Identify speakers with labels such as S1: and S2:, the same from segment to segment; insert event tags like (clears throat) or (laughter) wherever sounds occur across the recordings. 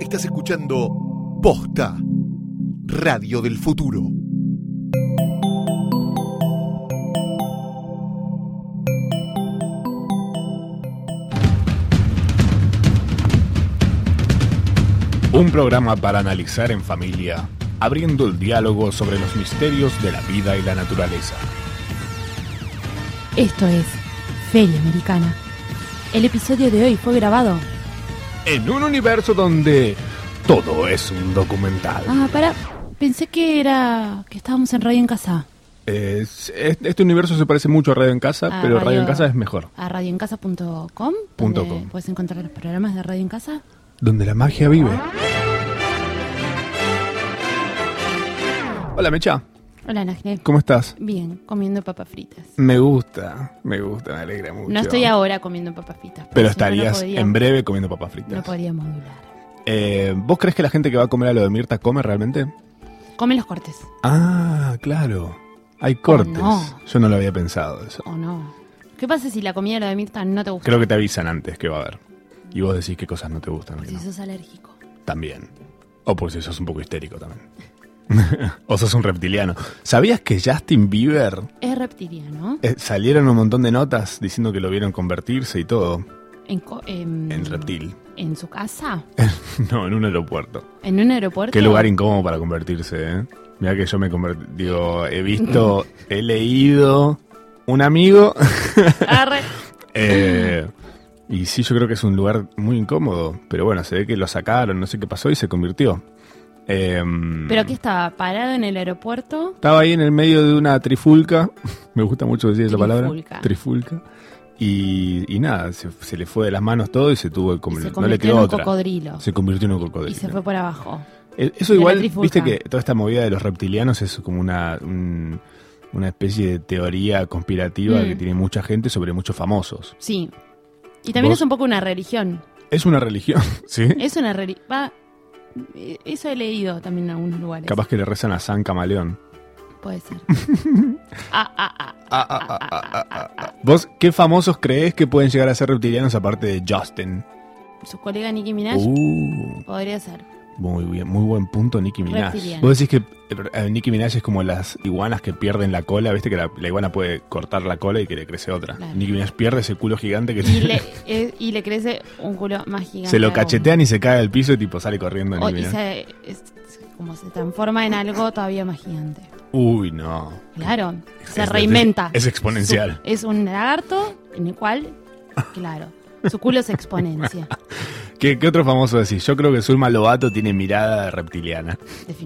S1: Estás escuchando Posta, Radio del Futuro.
S2: Un programa para analizar en familia, abriendo el diálogo sobre los misterios de la vida y la naturaleza.
S3: Esto es Feria Americana. El episodio de hoy fue grabado.
S2: En un universo donde todo es un documental.
S3: Ah, para. Pensé que era. que estábamos en Radio en Casa.
S2: Es- es- este universo se parece mucho a Radio en Casa,
S3: Ah,
S2: pero Radio en
S3: Radio-
S2: Casa es mejor.
S3: A radioencasa.com.
S2: Punto
S3: donde
S2: com.
S3: Puedes encontrar los programas de Radio en Casa.
S2: Donde la magia vive. Hola Mecha,
S3: Hola, Najne.
S2: ¿cómo estás?
S3: Bien, comiendo papas fritas.
S2: Me gusta, me gusta, me alegra mucho.
S3: No estoy ahora comiendo papas fritas.
S2: Pero
S3: si no, no
S2: estarías
S3: podía-
S2: en breve comiendo papas fritas.
S3: No podía modular.
S2: Eh, ¿Vos crees que la gente que va a comer a lo de Mirta come realmente?
S3: Come los cortes,
S2: Ah, claro. Hay cortes.
S3: no.
S2: Yo no lo había pensado eso.
S3: ¿o no? ¿Qué pasa si la comida de lo de Mirta no te gusta?
S2: Creo que te avisan antes que va a haber. Y vos decís qué cosas no te gustan. que
S3: Si
S2: no.
S3: sos alérgico.
S2: También. O por si sos un poco histérico también. (laughs) o sos un reptiliano. ¿Sabías que Justin Bieber
S3: Es reptiliano.
S2: eh, salieron un montón de notas diciendo que lo vieron convertirse y todo
S3: En, co- em,
S2: en reptil? (laughs)
S3: ¿En su casa?
S2: no, en un aeropuerto.
S3: ¿En un aeropuerto?
S2: Qué lugar incómodo para convertirse, ¿eh? Mirá que yo me convertí. Digo, he visto, he leído un amigo.
S3: (laughs) Arre.
S2: eh, y sí, yo creo que es un lugar muy incómodo. Pero bueno, se ve que lo sacaron, no sé qué pasó y se convirtió. Em,
S3: ¿Pero qué estaba? ¿Parado en el aeropuerto?
S2: Estaba ahí en el medio de una trifulca. (laughs) Me gusta mucho decir esa palabra.
S3: Trifulca.
S2: Trifulca. Y, y nada, se, se le fue de las manos todo y se tuvo que
S3: Y se
S2: convertir. No le
S3: convirtió
S2: quedó
S3: en un
S2: otra.
S3: cocodrilo.
S2: Se convirtió en un cocodrilo.
S3: Y se fue por abajo.
S2: Eh,
S3: De
S2: Eso
S3: la
S2: igual,
S3: trifulca.
S2: viste que toda esta movida de los reptilianos es como una, un- una especie de teoría conspirativa
S3: Mm.
S2: que tiene mucha gente sobre muchos famosos.
S3: Sí. Y también
S2: ¿Vos?
S3: es un poco una religión.
S2: Es una religión, (laughs) ¿sí?
S3: Es una religión. Eso he leído también en algunos lugares.
S2: Capaz que le rezan a San Camaleón. (laughs)
S3: Puede ser. ah, ah, ah.
S1: ah,
S2: ¿Vos qué famosos crees que pueden llegar a ser reptilianos aparte de Justin?
S3: Su colega Nicki Minaj
S2: Uh, (laughs)
S3: podría ser.
S2: muy bien, muy buen punto Nicki Minaj.
S3: Reptiliano.
S2: Vos decís que eh, Nicki Minaj es como las iguanas que pierden la cola, viste que la, la iguana puede cortar la cola y que le crece otra.
S3: Claro.
S2: Nicki Minaj pierde ese culo gigante que
S3: Y
S2: tiene.
S3: le, eh, y le crece un culo más
S2: (laughs)
S3: gigante.
S2: Se lo
S3: aún.
S2: cachetean y se cae al piso y tipo sale corriendo.
S3: O-
S2: Nicki
S3: Oh, y
S2: Minaj.
S3: se, es- como se transforma en algo todavía más gigante.
S2: Uy, no.
S3: Claro, se
S2: es-
S3: reinventa.
S2: es exponencial.
S3: Su- es un lagarto en el cual, claro, su culo se exponencia, (laughs)
S2: ¿Qué, qué otro famoso decís? Yo creo que Zulma Lobato tiene mirada reptiliana.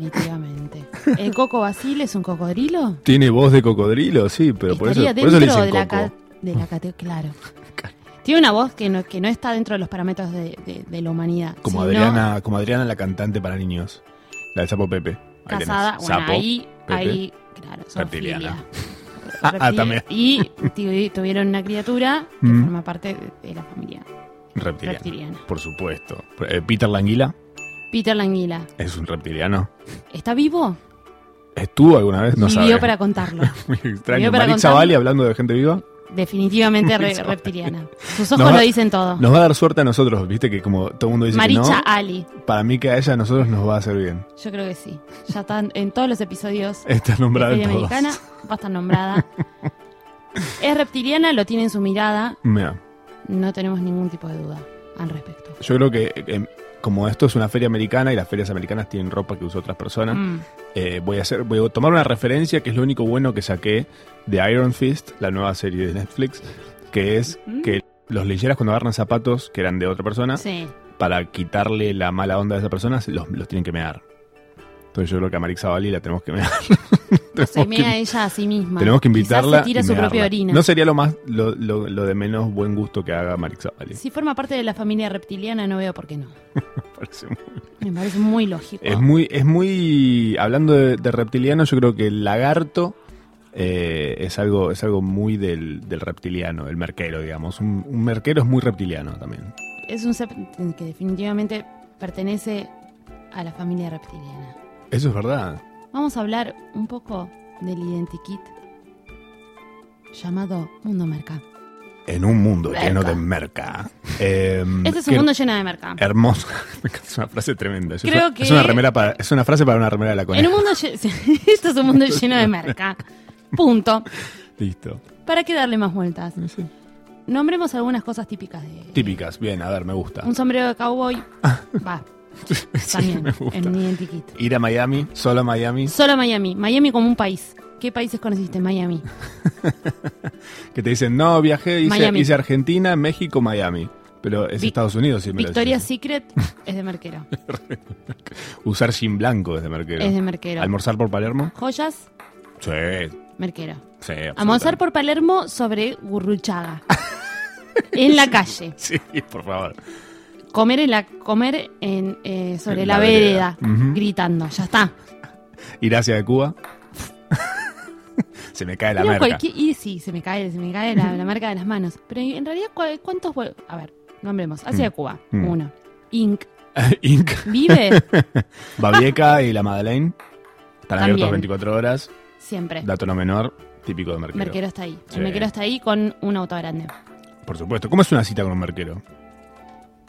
S3: definitivamente. El coco basil es un cocodrilo.
S2: Tiene voz de cocodrilo, sí, pero por eso,
S3: Estaría
S2: por eso le
S3: dentro
S2: dicen
S3: de la,
S2: coco.
S3: ca- de la categoría,
S2: (laughs)
S3: claro. Tiene una voz que no, que no está dentro de los parámetros de, de- de la humanidad.
S2: Como,
S3: sino
S2: Adriana, como Adriana la cantante para niños. La del Sapo Pepe. Ahí tenés.
S3: Casada, bueno,
S2: Sapo.
S3: ahí,
S2: Pepe.
S3: ahí, claro, zoofilia.
S2: Reptiliana. Ah, (laughs) ah, también.
S3: Y tu- tuvieron una criatura que
S2: Mm.
S3: forma parte de- de la familia
S2: Reptiliana.
S3: reptiliana.
S2: Por supuesto. Eh, Peter Languila
S3: Peter Languila,
S2: es un reptiliano.
S3: ¿está vivo?
S2: ¿Estuvo alguna vez? No
S3: Vivió
S2: sabe. (laughs)
S3: para contarlo.
S2: Muy extraño.
S3: vivió para
S2: Maritza
S3: contar-
S2: Bali hablando de gente viva. (laughs)
S3: Definitivamente re- reptiliana. Sus ojos
S2: Nos va-
S3: lo dicen todo.
S2: Nos va a dar suerte a nosotros, viste que como todo el mundo dice que
S3: Maricha
S2: no,
S3: Ali,
S2: para mí que a ella a nosotros nos va a hacer bien. (laughs)
S3: yo creo que sí. Ya están en todos los episodios de
S2: Está nombrada
S3: Feria
S2: en todos.
S3: Americana, va a
S2: (laughs)
S3: estar nombrada. es reptiliana, lo tiene en su mirada,
S2: Mira,
S3: no tenemos ningún tipo de duda al respecto.
S2: yo creo que eh, como esto es una feria americana y las ferias americanas tienen ropa que usa otras personas,
S3: Mm,
S2: eh, voy a hacer, voy a tomar una referencia que es lo único bueno que saqué de Iron Fist, la nueva serie de Netflix, que es
S3: Mm.
S2: que los leyeras cuando agarran zapatos que eran de otra persona, (laughs)
S3: Sí,
S2: para quitarle la mala onda de esa persona, se los, los tienen que mear. Entonces yo creo que a Marix Bali la tenemos que mear. Tenemos
S3: se
S2: que
S3: mea ella a sí
S2: (laughs)
S3: misma.
S2: Tenemos que
S3: Quizás
S2: invitarla.
S3: se tira
S2: y
S3: su
S2: mearla.
S3: propia orina.
S2: No sería lo más lo, lo- lo de menos buen gusto que haga Marixa Vale.
S3: Si forma parte de la familia reptiliana, no veo por qué no.
S2: Parece muy-
S3: Me parece muy lógico.
S2: Es muy, es muy. Hablando de, de reptiliano, yo creo que el lagarto eh, es algo, es algo muy del, del reptiliano, el merquero, digamos. Un, un merquero es muy reptiliano también.
S3: Es un ser que definitivamente pertenece a la familia reptiliana.
S2: Eso es verdad.
S3: Vamos a hablar un poco del identikit llamado Mundo Merca.
S2: en un mundo
S3: Merca.
S2: lleno de merca. Eh,
S3: Este es un
S2: que-
S3: mundo lleno de merca.
S2: Hermoso. (laughs) Me encanta, es una frase tremenda. Es,
S3: Creo
S2: una,
S3: que-
S2: es una remera para, es una frase para una remera de la coneja.
S3: En un mundo lle- (laughs) sí, Esto es un mundo lleno de merca. Punto.
S2: Listo.
S3: ¿Para qué darle más vueltas? Nombremos algunas cosas típicas de.
S2: Típicas. Bien, a ver, me gusta.
S3: Un sombrero de cowboy. Va,
S2: (laughs) Sí,
S3: también.
S2: me gusta.
S3: En Identikit.
S2: Ir a Miami, solo a Miami,
S3: Solo Miami. Miami como un país. ¿Qué países conociste? Miami.
S2: que te dicen, no, viajé, hice,
S3: Miami.
S2: hice Argentina, México, Miami. Pero es
S3: Vic-
S2: Estados Unidos, sí me lo
S3: Victoria's
S2: decís.
S3: Secret es de merquero.
S2: Usar jean blanco desde Merquero.
S3: Es de merquero.
S2: ¿Almorzar por Palermo?
S3: Joyas,
S2: Sí,
S3: merquero.
S2: sí.
S3: Almorzar
S2: absolutamente.
S3: por Palermo sobre Gurruchaga. en la calle.
S2: (laughs) Sí, por favor.
S3: Comer en la comer en, eh, sobre
S2: En
S3: la,
S2: la
S3: vereda,
S2: vereda. Ujú.
S3: gritando. Ya está.
S2: Ir hacia Cuba. (laughs) Se me cae la
S3: Mira,
S2: merca. (laughs)
S3: cualquier- y sí, se me cae, se me cae la, la marca de las manos. Pero en realidad, ¿cuál- ¿cuántos vuelos? A ver, nombremos. Hacia Cuba,
S2: Mm.
S3: uno. Inc.
S2: Inca,
S3: Vive
S2: (laughs) Babieca y la Madeleine. Están abiertos
S3: También.
S2: 24 horas.
S3: siempre.
S2: Dato no menor, típico de merquero.
S3: Merquero está ahí.
S2: Sí.
S3: El merquero está ahí con un auto grande.
S2: Por supuesto. ¿Cómo es una cita con un merquero?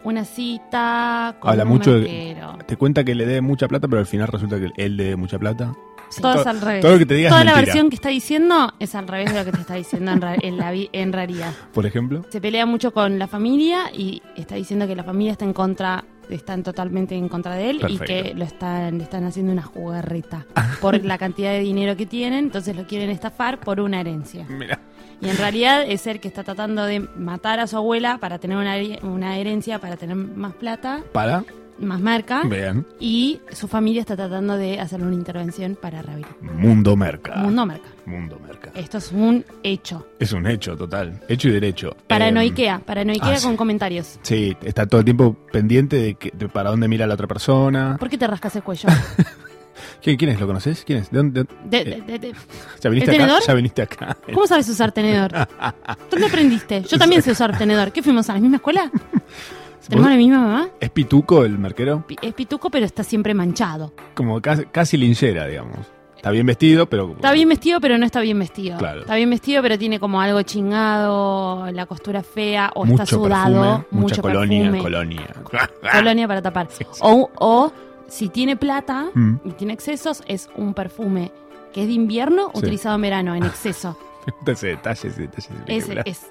S3: Una cita con
S2: Habla
S3: un
S2: mucho de-
S3: merquero.
S2: Te cuenta que le dé mucha plata, pero al final resulta que él le dé mucha plata.
S3: Sí. Todo es
S2: Todo-
S3: al revés.
S2: todo lo que te diga es
S3: Toda la
S2: mentira.
S3: versión que está diciendo es al revés de lo que te está diciendo en, ra- en la vi- en realidad.
S2: Por ejemplo,
S3: Se pelea mucho con la familia y está diciendo que la familia está en contra, están totalmente en contra de él
S2: Perfecto.
S3: y que lo están, le están haciendo una jugarreta
S2: (laughs)
S3: por la cantidad de dinero que tienen, entonces lo quieren estafar por una herencia.
S2: mira,
S3: Y en realidad es el que está tratando de matar a su abuela para tener una, her- una herencia, para tener más plata,
S2: para,
S3: más marca.
S2: vean,
S3: Y su familia está tratando de hacerle una intervención para rehabilitar.
S2: mundo merca.
S3: Mundo marca.
S2: Mundo merca.
S3: Esto es un hecho.
S2: Es un hecho total, hecho y derecho. Eh,
S3: Paranoiquea, paranoiquea
S2: ah, sí.
S3: con comentarios.
S2: Sí, está todo el tiempo pendiente de, que, de para dónde mira la otra persona.
S3: ¿Por qué te rascas
S2: (laughs)
S3: el cuello?
S2: ¿Quién, quién es? ¿Lo conoces? ¿Quién es? ¿De dónde? de-
S3: De- de- de- de-
S2: ¿Ya viniste
S3: ¿El
S2: acá?
S3: tenedor?
S2: ¿Ya viniste acá?
S3: (laughs) ¿Cómo sabes usar tenedor? ¿Dónde aprendiste? Yo también sé usar tenedor. ¿Qué fuimos a la
S2: (laughs)
S3: misma escuela? ¿Tenemos
S2: ¿Vos-
S3: la misma mamá?
S2: ¿Es pituco el merquero?
S3: Pi- Es pituco, pero está siempre manchado.
S2: Como casi, casi linchera, digamos. Está bien vestido, pero...
S3: Está bien vestido, pero no está bien vestido.
S2: Claro.
S3: Está bien vestido, pero tiene como algo chingado, la costura fea, o
S2: mucho
S3: oh, está sudado,
S2: perfume, mucha
S3: mucho
S2: colonia, Ah.
S3: perfume. (laughs)
S2: colonia.
S3: Colonia para tapar. O, o si tiene plata
S2: Mm.
S3: y tiene excesos, es un perfume que es de invierno
S2: Sí. Ah,
S3: utilizado en verano, en exceso.
S2: (laughs) Ese detalle, ese detalle. es
S3: ese,
S2: espectacular.
S3: es,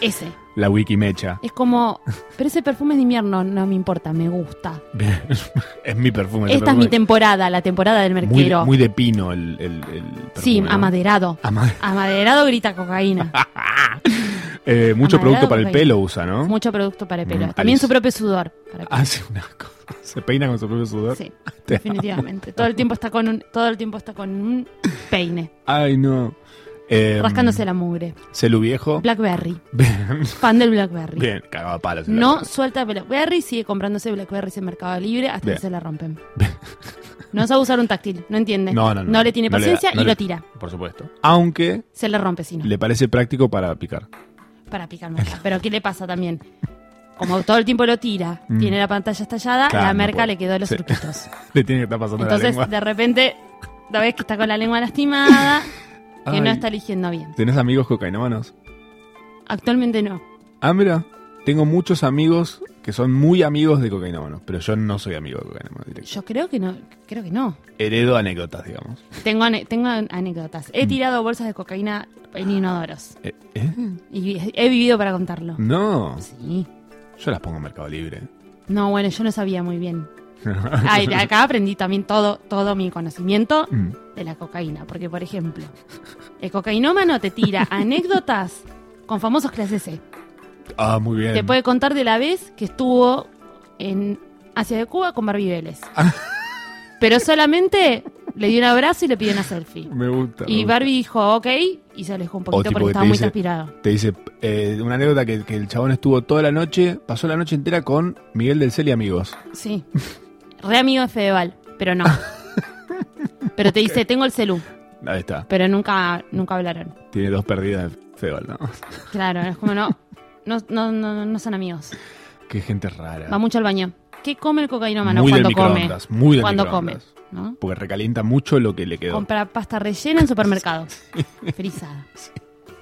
S3: ese.
S2: La wikimecha.
S3: Es como, pero ese perfume es de invierno, no me importa, me gusta.
S2: Bien. (laughs) es mi perfume. ese
S3: Eh. Esta es mi
S2: perfume.
S3: temporada, la temporada del
S2: muy,
S3: merquero.
S2: de- muy de pino el, el, el perfume,
S3: sí,
S2: ¿no?
S3: amaderado.
S2: Amade-
S3: Amaderado grita
S2: (laughs)
S3: cocaína.
S2: Eh, mucho
S3: Amaderado
S2: producto para el
S3: cocaína.
S2: pelo usa, ¿no?
S3: Mucho producto para el pelo.
S2: Mm,
S3: También
S2: Alice.
S3: su propio sudor. para el pelo.
S2: Hace una cosa. (laughs) Se peina con su propio sudor.
S3: Sí,
S2: Te-
S3: definitivamente. Todo el tiempo está con un, todo el tiempo está con un
S2: (coughs)
S3: peine,
S2: Ay, no. Eh,
S3: rascándose la mugre.
S2: Celu viejo.
S3: Blackberry,
S2: (laughs) Bien.
S3: fan del Blackberry.
S2: Bien, cagaba palos. el
S3: No
S2: Blackberry.
S3: suelta Blackberry, sigue comprándose Blackberries en Mercado Libre hasta
S2: Bien.
S3: que se la rompen. No sabe usar un táctil, no entiende.
S2: No, no, no.
S3: le tiene
S2: No le da-
S3: paciencia
S2: no
S3: y
S2: le-
S3: lo tira.
S2: Por supuesto. Aunque
S3: Se le rompe, si no,
S2: le parece práctico para picar. (laughs)
S3: para picar merca. Pero ¿qué le pasa también? Como todo el tiempo lo tira, tiene la pantalla estallada,
S2: Mm. Claro,
S3: la
S2: no
S3: merca
S2: puede.
S3: le quedó los
S2: Sí. (laughs)
S3: surquitos.
S2: Le tiene que estar pasando la
S3: Entonces,
S2: lengua.
S3: de repente, la ves que está con la lengua lastimada, que no
S2: Ay.
S3: está eligiendo bien.
S2: ¿Tenés amigos cocainómanos?
S3: Actualmente no.
S2: Ah, mira, tengo muchos amigos que son muy amigos de cocainómanos, pero yo no soy amigo de cocainómanos directo.
S3: Yo creo que no, creo que no.
S2: Heredo anécdotas, digamos.
S3: Tengo, ane- tengo an- anécdotas.
S2: Mm.
S3: He tirado bolsas de cocaína en inodoros.
S2: Eh, ¿eh?
S3: Mm. Y he vivido para contarlo.
S2: Mm. No,
S3: Sí.
S2: yo las pongo en Mercado Libre. (laughs)
S3: No, bueno, yo no sabía muy bien. Ay, de acá aprendí también todo, todo mi conocimiento
S2: Mm.
S3: de la cocaína. Porque, por ejemplo, el cocainómano
S2: (laughs)
S3: te tira anécdotas con famosos clase C.
S2: Ah, muy bien.
S3: Te puede contar de la vez que estuvo en hacia de Cuba con Barbie Vélez.
S2: Ah.
S3: Pero solamente le dio un abrazo y le pidió una selfie.
S2: Me gusta. me
S3: Y
S2: gusta.
S3: Barbie dijo ok y se alejó un poquito
S2: tipo
S3: porque
S2: que
S3: estaba
S2: te
S3: muy
S2: dice-
S3: transpirado.
S2: Te dice eh, una anécdota que, que el chabón estuvo toda la noche, pasó la noche entera con Miguel del Cel y amigos.
S3: Sí. Re amigo de Fedeval, pero no. Pero te dice, tengo el celu,
S2: Ahí está.
S3: pero nunca, nunca hablaron.
S2: Tiene dos perdidas de Feval, ¿no? (laughs)
S3: Claro, es como no, no, no, no, no son amigos.
S2: Qué gente rara.
S3: Va mucho al baño. ¿Qué come el cocainómano
S2: muy del
S3: cuando come?
S2: microondas, muy del
S3: Cuando come,
S2: microondas.
S3: ¿no?
S2: Porque recalienta mucho lo que le quedó. (laughs)
S3: Compra pasta rellena en supermercado. Frisada.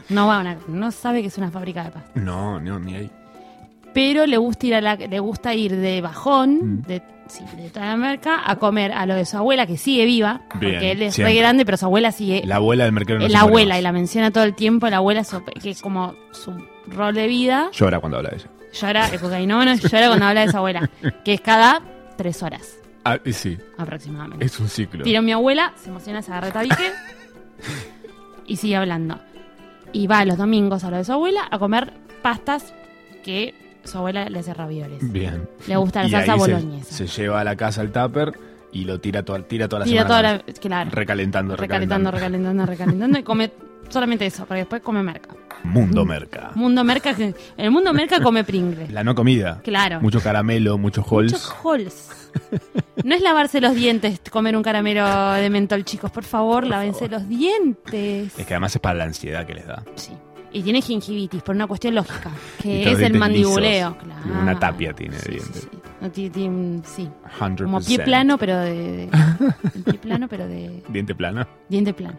S3: No va a una- no sabe que es una fábrica de pasta.
S2: No, no, ni ahí.
S3: Pero le gusta ir a la- le gusta ir de bajón,
S2: Mm.
S3: de, sí, de Talamarca, a comer a lo de su abuela que sigue viva,
S2: Bien,
S3: porque él es
S2: siempre.
S3: re grande, pero su abuela sigue
S2: La abuela del mercado no se
S3: Eh, la
S2: muere
S3: abuela
S2: más.
S3: y la menciona todo el tiempo, la abuela su- que es como su rol de vida.
S2: Llora cuando habla de ella.
S3: Llora, el cocainómano (laughs) llora cuando habla de su abuela, que es cada tres horas
S2: Ah, y sí,
S3: aproximadamente.
S2: es un ciclo.
S3: Tira a mi abuela, se emociona, se agarra
S2: (laughs)
S3: el tabique y sigue hablando. Y va los domingos a lo de su abuela a comer pastas que su abuela le hace ravioles.
S2: Bien.
S3: Le gusta la
S2: Y
S3: salsa
S2: ahí se-
S3: boloñesa.
S2: Se, lleva a la casa al tupper y lo tira toda, tira toda la
S3: Tira toda
S2: semana.
S3: la. Claro.
S2: Recalentando, recalentando.
S3: Recalentando, recalentando, recalentando y come solamente eso, porque después come merca.
S2: Mundo merca.
S3: Mundo merca, que- el mundo merca come pringles.
S2: La no comida.
S3: Claro.
S2: Mucho caramelo, mucho holes.
S3: Muchos holes. No es lavarse los dientes, comer un caramelo de mentol, chicos. Por favor, lávense los dientes.
S2: Es que además es para la ansiedad que les da.
S3: Sí. Y tiene gingivitis por una
S2: (laughs)
S3: cuestión lógica,
S2: Y
S3: que
S2: todos
S3: es el
S2: dientes
S3: mandibuleo.
S2: lisos.
S3: claro.
S2: Una tapia tiene de
S3: Sí, sí,
S2: dientes.
S3: sí. No, tiene- tiene un- sí.
S2: 100%.
S3: Como pie plano, pero
S2: (laughs)
S3: de, de- el pie plano, pero de
S2: Diente plano.
S3: diente plano.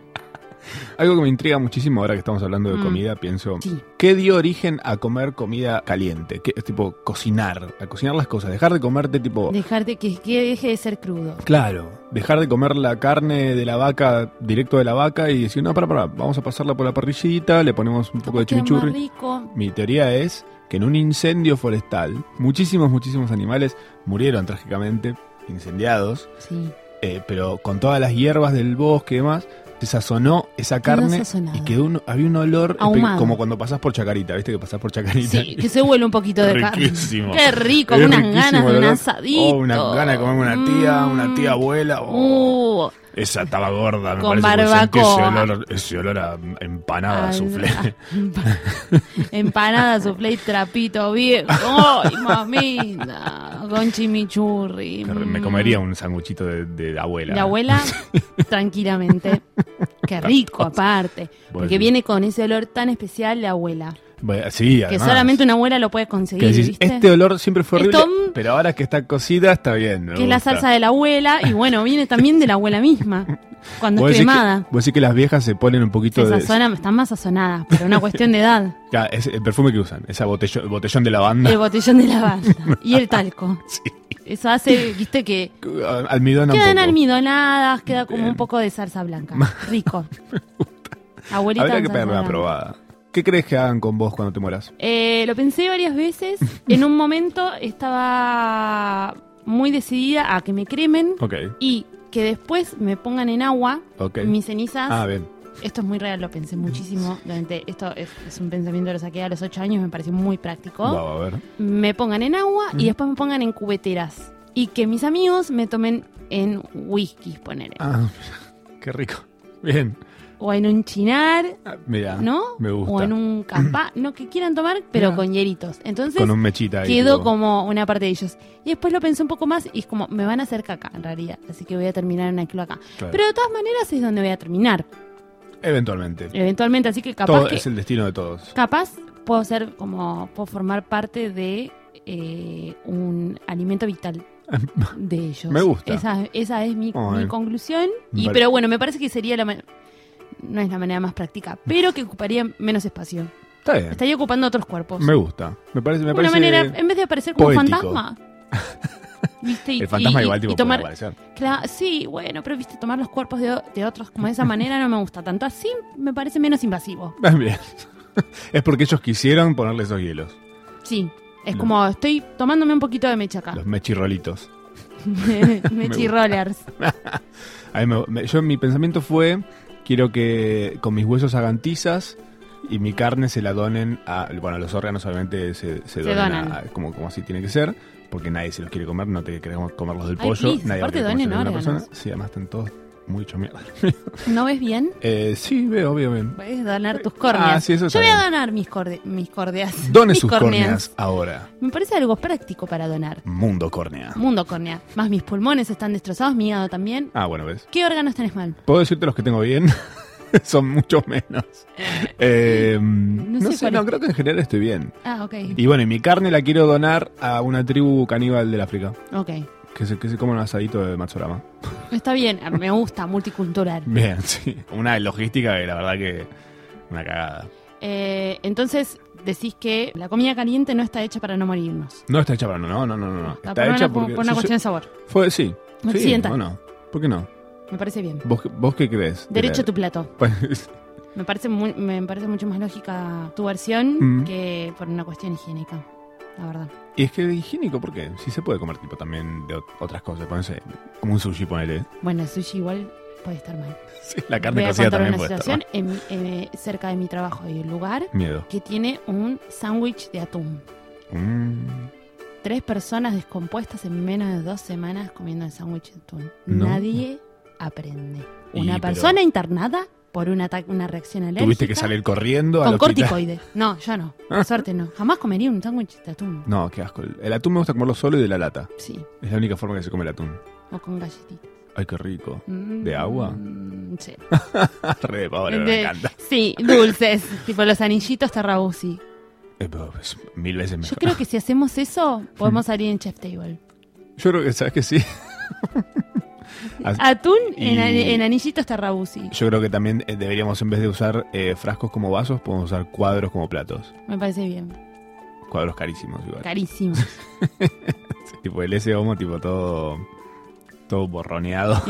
S2: Algo que me intriga muchísimo ahora que estamos hablando de
S3: Mm.
S2: comida, pienso,
S3: Sí.
S2: ¿qué dio origen a comer comida caliente? ¿Qué, es tipo cocinar, a cocinar las cosas, dejar de comerte tipo...
S3: Dejarte que, que deje de ser crudo.
S2: Claro, dejar de comer la carne de la vaca, directo de la vaca y decir, no, para, para, vamos a pasarla por la parrillita, le ponemos un poco de
S3: Queda más
S2: chimichurri.
S3: rico.
S2: Mi teoría es que en un incendio forestal, muchísimos, muchísimos animales murieron trágicamente, incendiados, (laughs)
S3: Sí.
S2: eh, pero con todas las hierbas del bosque y demás, se sazonó esa carne
S3: sazonado.
S2: y quedó un- había un olor espe-
S3: Ahumado.
S2: como cuando pasás por Chacarita, ¿viste? Que pasás por Chacarita.
S3: Sí, que se huele un poquito de carne.
S2: Riquísimo.
S3: Qué
S2: (laughs)
S3: rico,
S2: Es
S3: unas
S2: riquísimo
S3: ganas
S2: el
S3: de un
S2: olor.
S3: asadito.
S2: Oh, una gana de comerme una tía, una tía
S3: Mm.
S2: abuela. oh,
S3: Uh,
S2: Esa estaba gorda, me
S3: Con
S2: parece. porque sentí
S3: barbacoa.
S2: Ese olor, ese olor a empanada,
S3: al- (laughs) ah,
S2: soufflé. (laughs)
S3: Empanada, soufflé y trapito viejo. ¡Ay, mamita! Con chimichurri.
S2: Que re- Me
S3: Mm.
S2: comería un sanguchito de, de abuela.
S3: De abuela,
S2: (laughs)
S3: tranquilamente. Qué rico, aparte. Porque
S2: Bueno.
S3: viene con ese olor tan especial de abuela.
S2: Bueno, Sí,
S3: Que
S2: además.
S3: solamente una abuela lo puede
S2: Que
S3: conseguir,
S2: decís,
S3: ¿viste?
S2: este olor siempre fue horrible,
S3: Esto, mm,
S2: pero ahora que está cocida está bien. me
S3: que es la
S2: gusta".
S3: salsa de la abuela. Y bueno, viene también de la abuela misma. Cuando
S2: ¿Vos
S3: es
S2: decís que-
S3: cremada.
S2: vos decís que las viejas se ponen un
S3: Se
S2: poquito de...
S3: sazonan, están más sazonadas, por una cuestión de edad.
S2: Ya, es el perfume que usan, esa botellón, botellón de lavanda.
S3: El botellón
S2: (laughs)
S3: de lavanda y el talco.
S2: Sí.
S3: Eso hace, viste, que
S2: (laughs) Almidona un
S3: quedan
S2: poco.
S3: almidonadas, queda como
S2: Bien.
S3: un poco de salsa blanca.
S2: (laughs)
S3: Rico. Abuelita.
S2: Habrá
S3: en
S2: que
S3: salsa
S2: pegar una
S3: blanca.
S2: probada. ¿Qué crees que hagan con vos cuando te mueras?
S3: Eh, lo pensé
S2: (laughs)
S3: varias veces. En un momento estaba muy decidida a que me cremen
S2: Ok,
S3: y que después me pongan en agua
S2: ok.
S3: mis cenizas.
S2: Ah, bien.
S3: Esto es muy real, lo pensé muchísimo. Durante, esto es, es un pensamiento que lo saqué a los 8 años, me pareció muy práctico.
S2: Vamos a ver.
S3: me pongan en agua y después me pongan en cubeteras. Y que mis amigos me tomen en whisky, ponele.
S2: Ah, (laughs) qué rico. Bien.
S3: O en un chinar,
S2: Ah, Mira,
S3: ¿no?
S2: me gusta.
S3: O en
S2: (clears throat)
S3: un campá, no, que quieran tomar, pero
S2: Mira.
S3: con hieritos. Entonces
S2: Con un mechita ahí.
S3: quedó
S2: tipo.
S3: como una parte de ellos. Y después lo pensé un poco más y es como, me van a hacer caca en realidad. Así que voy a terminar en una cloaca.
S2: Claro.
S3: Pero de todas maneras es donde voy a terminar,
S2: Eventualmente.
S3: eventualmente. Así que capaz
S2: Todo
S3: que,
S2: es el destino de todos.
S3: capaz puedo ser como, puedo formar parte de eh, un
S2: (laughs)
S3: alimento vital de ellos.
S2: Me gusta.
S3: Esa, esa es mi,
S2: Ay.
S3: mi conclusión. Y,
S2: Vale.
S3: Pero bueno, me parece que sería la ma- no es la manera más práctica, pero que ocuparía menos espacio.
S2: Está bien.
S3: Estaría ocupando otros cuerpos.
S2: Me gusta. Me parece, me
S3: Una
S2: parece
S3: manera, en vez de aparecer como un
S2: poético. (laughs)
S3: fantasma. ¿Viste? Y,
S2: el fantasma
S3: y-
S2: igual
S3: y
S2: tipo
S3: tomar-
S2: puede aparecer. (laughs)
S3: Cla- sí, bueno, pero viste, tomar los cuerpos de, o- de otros como de esa manera no me gusta tanto. Así me parece menos invasivo.
S2: Ah, Bien. es porque ellos quisieron ponerle esos hielos.
S3: Sí. Es
S2: No.
S3: como, estoy tomándome un poquito de mecha acá. (laughs)
S2: Los mechirrolitos.
S3: Mechi
S2: (laughs) gusta.
S3: Rollers.
S2: A mí me- me- yo mi pensamiento fue, quiero que con mis huesos hagan tizas y mi carne se la donen a... Bueno, los órganos obviamente se, se donan,
S3: donan.
S2: a- a- como, como así tiene que ser, porque nadie se los quiere comer, no te queremos comer los del
S3: Ay,
S2: pollo.
S3: please,
S2: nadie va a
S3: aparte
S2: querer comerse
S3: donen
S2: a ninguna
S3: órganos.
S2: Sí, además están todos muy hecho mierda.
S3: ¿No ves bien?
S2: Eh, sí, veo, veo, veo.
S3: Puedes donar tus córneas.
S2: Ah, sí, eso está
S3: Yo voy a
S2: bien.
S3: donar mis, corde- mis
S2: (laughs)
S3: cordeas.
S2: Done
S3: (laughs) mis
S2: sus córneas ahora.
S3: Me parece algo práctico para donar.
S2: Mundo córnea.
S3: Mundo córnea. Más mis pulmones están destrozados, mi hígado también.
S2: Ah, bueno, ves.
S3: ¿Qué órganos tenés mal?
S2: Puedo decirte los que tengo bien. (laughs) Son muchos menos. Eh, no,
S3: sé
S2: sé,
S3: cuál
S2: no,
S3: es.
S2: creo que en general estoy bien.
S3: Ah, ok.
S2: Y bueno, y mi carne la quiero donar a una tribu caníbal del África.
S3: Ok.
S2: Que se, que se come un asadito de Matsurama.
S3: Está bien, ah,
S2: Mm. (laughs)
S3: me gusta, multicultural.
S2: Bien, sí. Una logística que la verdad que. Una cagada.
S3: Eh, entonces decís que la comida caliente no está hecha para no morirnos.
S2: No está hecha para no, no, no, no, no.
S3: Está,
S2: Está,
S3: por,
S2: hecha
S3: una, por
S2: porque.
S3: una
S2: yo-
S3: cuestión de sabor.
S2: yo- fue, sí. Sí,
S3: Accidental.
S2: bueno. ¿Por qué no?
S3: Me parece bien.
S2: ¿Vos, qué- vos qué crees?
S3: Derecho a tu plato.
S2: (laughs) Pues,
S3: Me parece, muy- me parece mucho más lógica tu versión
S2: Mm.
S3: que por una cuestión higiénica, la verdad.
S2: y es que de higiénico, ¿por qué? Sí se puede comer tipo también de ot- otras cosas. Ponese, como un sushi, ponele.
S3: Bueno, el sushi igual puede estar mal.
S2: Sí, la
S3: Voy
S2: carne
S3: a
S2: cocida
S3: contar
S2: también
S3: una
S2: puede
S3: situación
S2: estar.
S3: en mi- eh, cerca de mi trabajo hay un lugar
S2: ¿no? Miedo.
S3: que tiene un sándwich de atún.
S2: Mm,
S3: Tres personas descompuestas en menos de dos semanas comiendo el sándwich de atún.
S2: No.
S3: Nadie aprende.
S2: Y,
S3: Una
S2: pero-
S3: persona internada por un ataque, una reacción alérgica.
S2: Tuviste que salir corriendo al
S3: con
S2: hospital.
S3: corticoides. No, yo no. Por suerte no. Jamás comería un sándwich de atún.
S2: (laughs) No, qué asco. El el atún me gusta comerlo solo y de la lata.
S3: Sí,
S2: Es la única forma que se come el atún.
S3: o con galletitas.
S2: Ay, qué rico. (laughs)
S3: Mm,
S2: ¿De agua?
S3: mm, Sí.
S2: Re de pavo,
S3: De-
S2: me encanta.
S3: Sí, dulces. (laughs) tipo los anillitos Tarrabusi.
S2: Eh, pero es mil veces
S3: Yo
S2: mejor. (laughs)
S3: creo que si hacemos eso, podemos salir en Chef Table.
S2: Yo creo que, ¿sabes que sí?
S3: Atún en,
S2: Y-
S3: ani- en anillitos Tarrabusi.
S2: Yo creo que también eh, deberíamos, en vez de usar eh, frascos como vasos, podemos usar cuadros como platos.
S3: Me parece bien.
S2: Cuadros carísimos igual. (laughs)
S3: Carísimo.
S2: tipo el ese homo, tipo todo, todo borroneado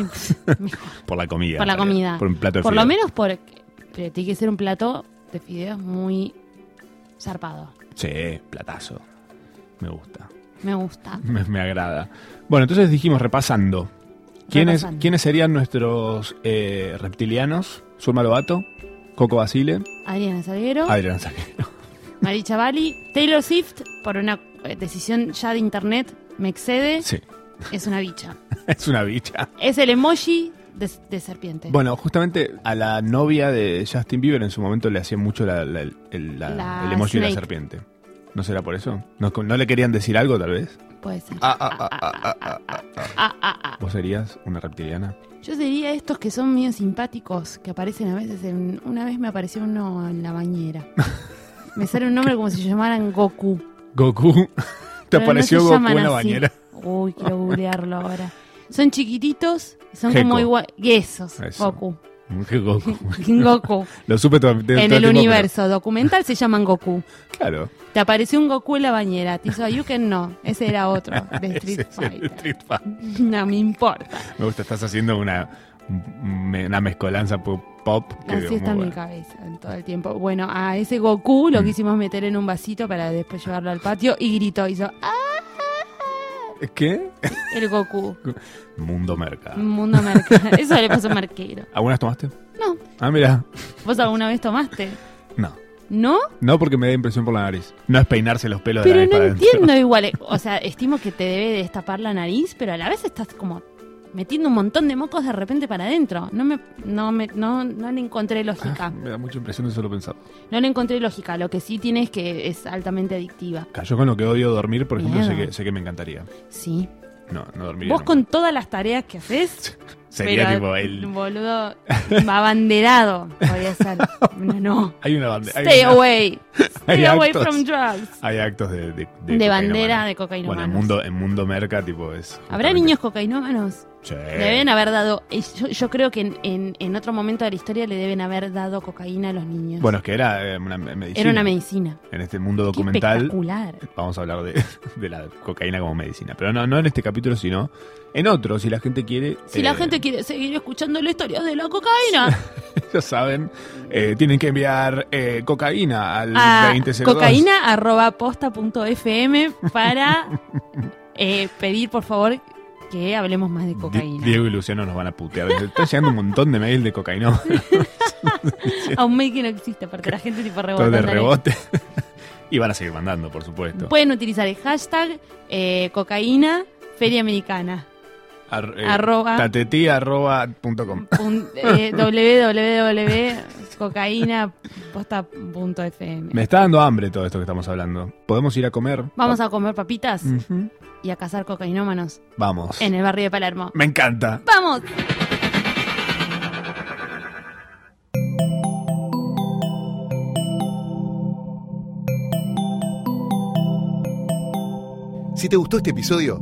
S2: (laughs) por la comida.
S3: Por la
S2: en realidad.
S3: comida.
S2: Por un plato de
S3: Por lo
S2: fideos.
S3: menos por... Pero tiene que ser un plato de fideos muy zarpado.
S2: Sí, platazo. Me gusta.
S3: Me gusta.
S2: (laughs) Me, me agrada. Bueno, entonces dijimos, repasando. ¿Quiénes,
S3: Repasando.
S2: ¿quiénes serían nuestros eh, reptilianos? Zulma Lobato, Coco Basile,
S3: Adriana Salguero,
S2: Adrián
S3: (laughs)
S2: Salguero.
S3: Maricha Bali, Taylor Swift, por una eh, decisión ya de internet, me excede.
S2: Sí,
S3: Es una bicha.
S2: es una bicha.
S3: Es el emoji de, de serpiente.
S2: Bueno, justamente a la novia de Justin Bieber en su momento le hacían mucho la- la- el, la-
S3: La
S2: el emoji de la
S3: snake.
S2: serpiente. ¿No será por eso? ¿No, no le querían decir algo, tal vez?
S3: Puede ser.
S2: Ah, ah, ah,
S3: Ah, ah, ah, ah, ah, ah.
S2: ¿Vos serías una reptiliana?
S3: Yo diría estos que son medio simpáticos, que aparecen a veces en... Una vez me apareció uno en
S2: (laughs)
S3: la bañera. Me sale un nombre como si llamaran Goku.
S2: Goku. (laughs) ¿Te
S3: pero no
S2: apareció
S3: se
S2: Goku
S3: llaman
S2: en la
S3: así.
S2: bañera? (laughs)
S3: Uy, quiero googlearlo ahora. Son chiquititos, y son
S2: Gecko.
S3: como igual... Yesos,
S2: Eso. (laughs)
S3: Goku.
S2: Qué Goku.
S3: Goku.
S2: Lo supe todo, todo
S3: (laughs) en
S2: tiempo,
S3: el
S2: pero-
S3: universo documental se llaman Goku.
S2: claro.
S3: Te apareció un Goku en la bañera. Te hizo Ayuken, no. Ese era otro,
S2: (laughs)
S3: de
S2: Ese es
S3: Street
S2: el
S3: Fighter.
S2: Street Fighter.
S3: (laughs) No me importa.
S2: Me gusta, estás haciendo una, un- una mezcolanza pop. pop que
S3: Así
S2: muy
S3: está mi
S2: buena.
S3: cabeza en todo el tiempo. Bueno, a ese Goku lo
S2: Mm.
S3: quisimos meter en un vasito para después llevarlo al patio y gritó, hizo ¡Ah!
S2: ¿Qué?
S3: el Goku.
S2: Mundo merca.
S3: Mundo marquero. (laughs) Eso le pasó a Marquero.
S2: ¿Algunas tomaste?
S3: No,
S2: Ah, mira.
S3: vos alguna vez tomaste.
S2: No.
S3: ¿No?
S2: No porque me da impresión por la nariz. No es peinarse los pelos de
S3: Pero
S2: la nariz
S3: no
S2: para adentro.
S3: entiendo igual. eh, O sea, estimo que te debe destapar la nariz, pero a la vez estás como metiendo un montón de mocos de repente para adentro. No me, no me, no, no le encontré
S2: Ah,
S3: lógica.
S2: (laughs) me da mucha impresión de solo pensar.
S3: No le encontré lógica. Lo que sí tiene es que es altamente adictiva.
S2: Cayó con lo que odio dormir, por ejemplo, sé
S3: Miedo.
S2: que, sé que me encantaría.
S3: Sí.
S2: No, no dormiría.
S3: Vos
S2: nunca.
S3: con todas las tareas que haces.
S2: Sería
S3: Pero,
S2: tipo el...
S3: Boludo, abanderado,
S2: (laughs)
S3: podría ser. No, no.
S2: Hay una bandera.
S3: Stay away. Stay
S2: (laughs) Hay
S3: away
S2: actos.
S3: from drugs.
S2: Hay actos de... De,
S3: De, bandera de
S2: cocaína.
S3: cocaína.
S2: Bueno, el mundo, el mundo merca, tipo, es...
S3: ¿Habrá
S2: justamente-
S3: niños cocainómanos?
S2: Sí.
S3: Le deben haber dado. eh, Yo, yo creo que en, en- en otro momento de la historia le deben haber dado cocaína a los niños.
S2: Bueno, es que era eh, una me- medicina.
S3: Era una medicina.
S2: En este mundo
S3: Qué
S2: documental
S3: espectacular.
S2: vamos a hablar de, (laughs) de la cocaína como medicina. Pero no, no en este capítulo, sino en otro, si la gente quiere.
S3: Si la
S2: eh,
S3: gente quiere seguir escuchando la historia de la cocaína,
S2: (laughs) Ya saben, eh, tienen que enviar eh, cocaína al
S3: a
S2: 2002.
S3: cocaína.posta.fm
S2: (laughs)
S3: para eh, pedir, por favor, que hablemos más de cocaína.
S2: Diego y Luciano nos van a putear. Están llegando un montón de mails de
S3: (laughs)
S2: cocaína.
S3: A Ah, un mail que no existe, porque la gente tipo
S2: Todo
S3: rebotando.
S2: de rebote. (laughs) Y van a seguir mandando, por supuesto.
S3: Pueden utilizar el hashtag eh, cocaína feria americana.
S2: Ar- eh,
S3: arroba-
S2: tatetí arroba punto com.
S3: Pun-
S2: (laughs)
S3: eh, www.cocaínaposta.fm.
S2: Me está dando hambre todo esto que estamos hablando. ¿Podemos ir a comer?
S3: Vamos a comer papitas
S2: Ujú.
S3: y a cazar cocainómanos
S2: Vamos.
S3: en el barrio de Palermo.
S2: Me encanta.
S3: ¡Vamos!
S1: Si te gustó este episodio,